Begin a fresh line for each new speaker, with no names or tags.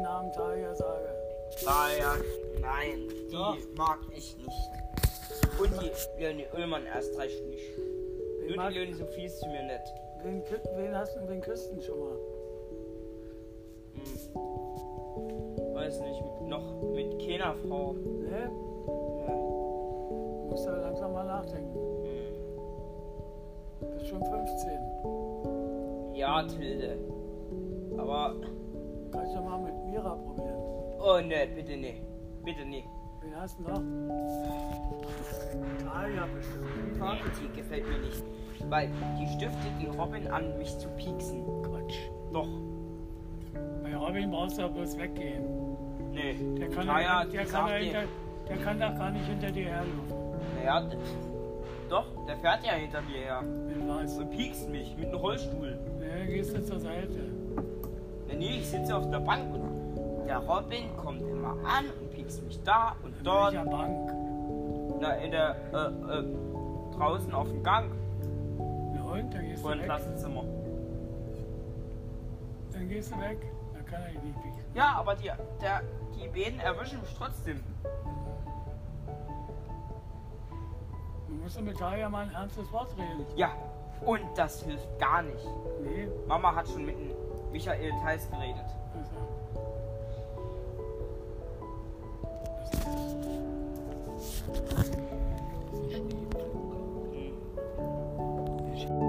Namen Taya sage.
Naja, nein, die
Doch.
mag ich nicht. Und die Leonie Ullmann erst recht nicht.
Wen,
Nur
mag,
die Leonie Sophie ist zu mir nett.
wen, kü- wen hast du wen küsst denn schon mal?
Hm. Weiß nicht, mit, noch mit keiner Frau.
Ne?
Ja.
Musst du langsam mal nachdenken.
Hm.
Bist schon 15.
ja, Tilde. Aber,
Kannst du mal mit Mira probieren.
oh ne, bitte ne. Bitte ne.
Wen hast du noch? Taya bestimmt. Die
Nee,
mag
die gefällt mir nicht. Weil die stiftet den Robin an, mich zu pieksen.
Quatsch.
Doch.
Bei Robin brauchst du ja bloß weggehen.
Nee.
Der kann,
ne. naja,
der,
die
kann,
sagt
ja
den-
hinter, der kann doch gar nicht hinter dir herlaufen.
Naja, d- doch, der fährt ja hinter mir her.
Wen weiß.
Und piekst mich mit einem Rollstuhl.
Ne, gehst du zur Seite.
Na nee, ich sitze auf der Bank und der Robin kommt immer an und piekst mich da und dort.
Welcher Bank?
Na, in der, äh, äh, draußen auf dem Gang
Na und? Dann gehst du
vor dem
weg.
Klassenzimmer.
Dann gehst du weg. Dann kann er dich nicht pieksen.
Ja, aber die, der, die Bäden erwischen mich trotzdem.
Du musst mit Taya mal ein ernstes Wort reden.
Ja, und das hilft gar nicht.
Nee,
Mama hat schon mit dem Michael Theis geredet.
das ist
Mhm.
ja.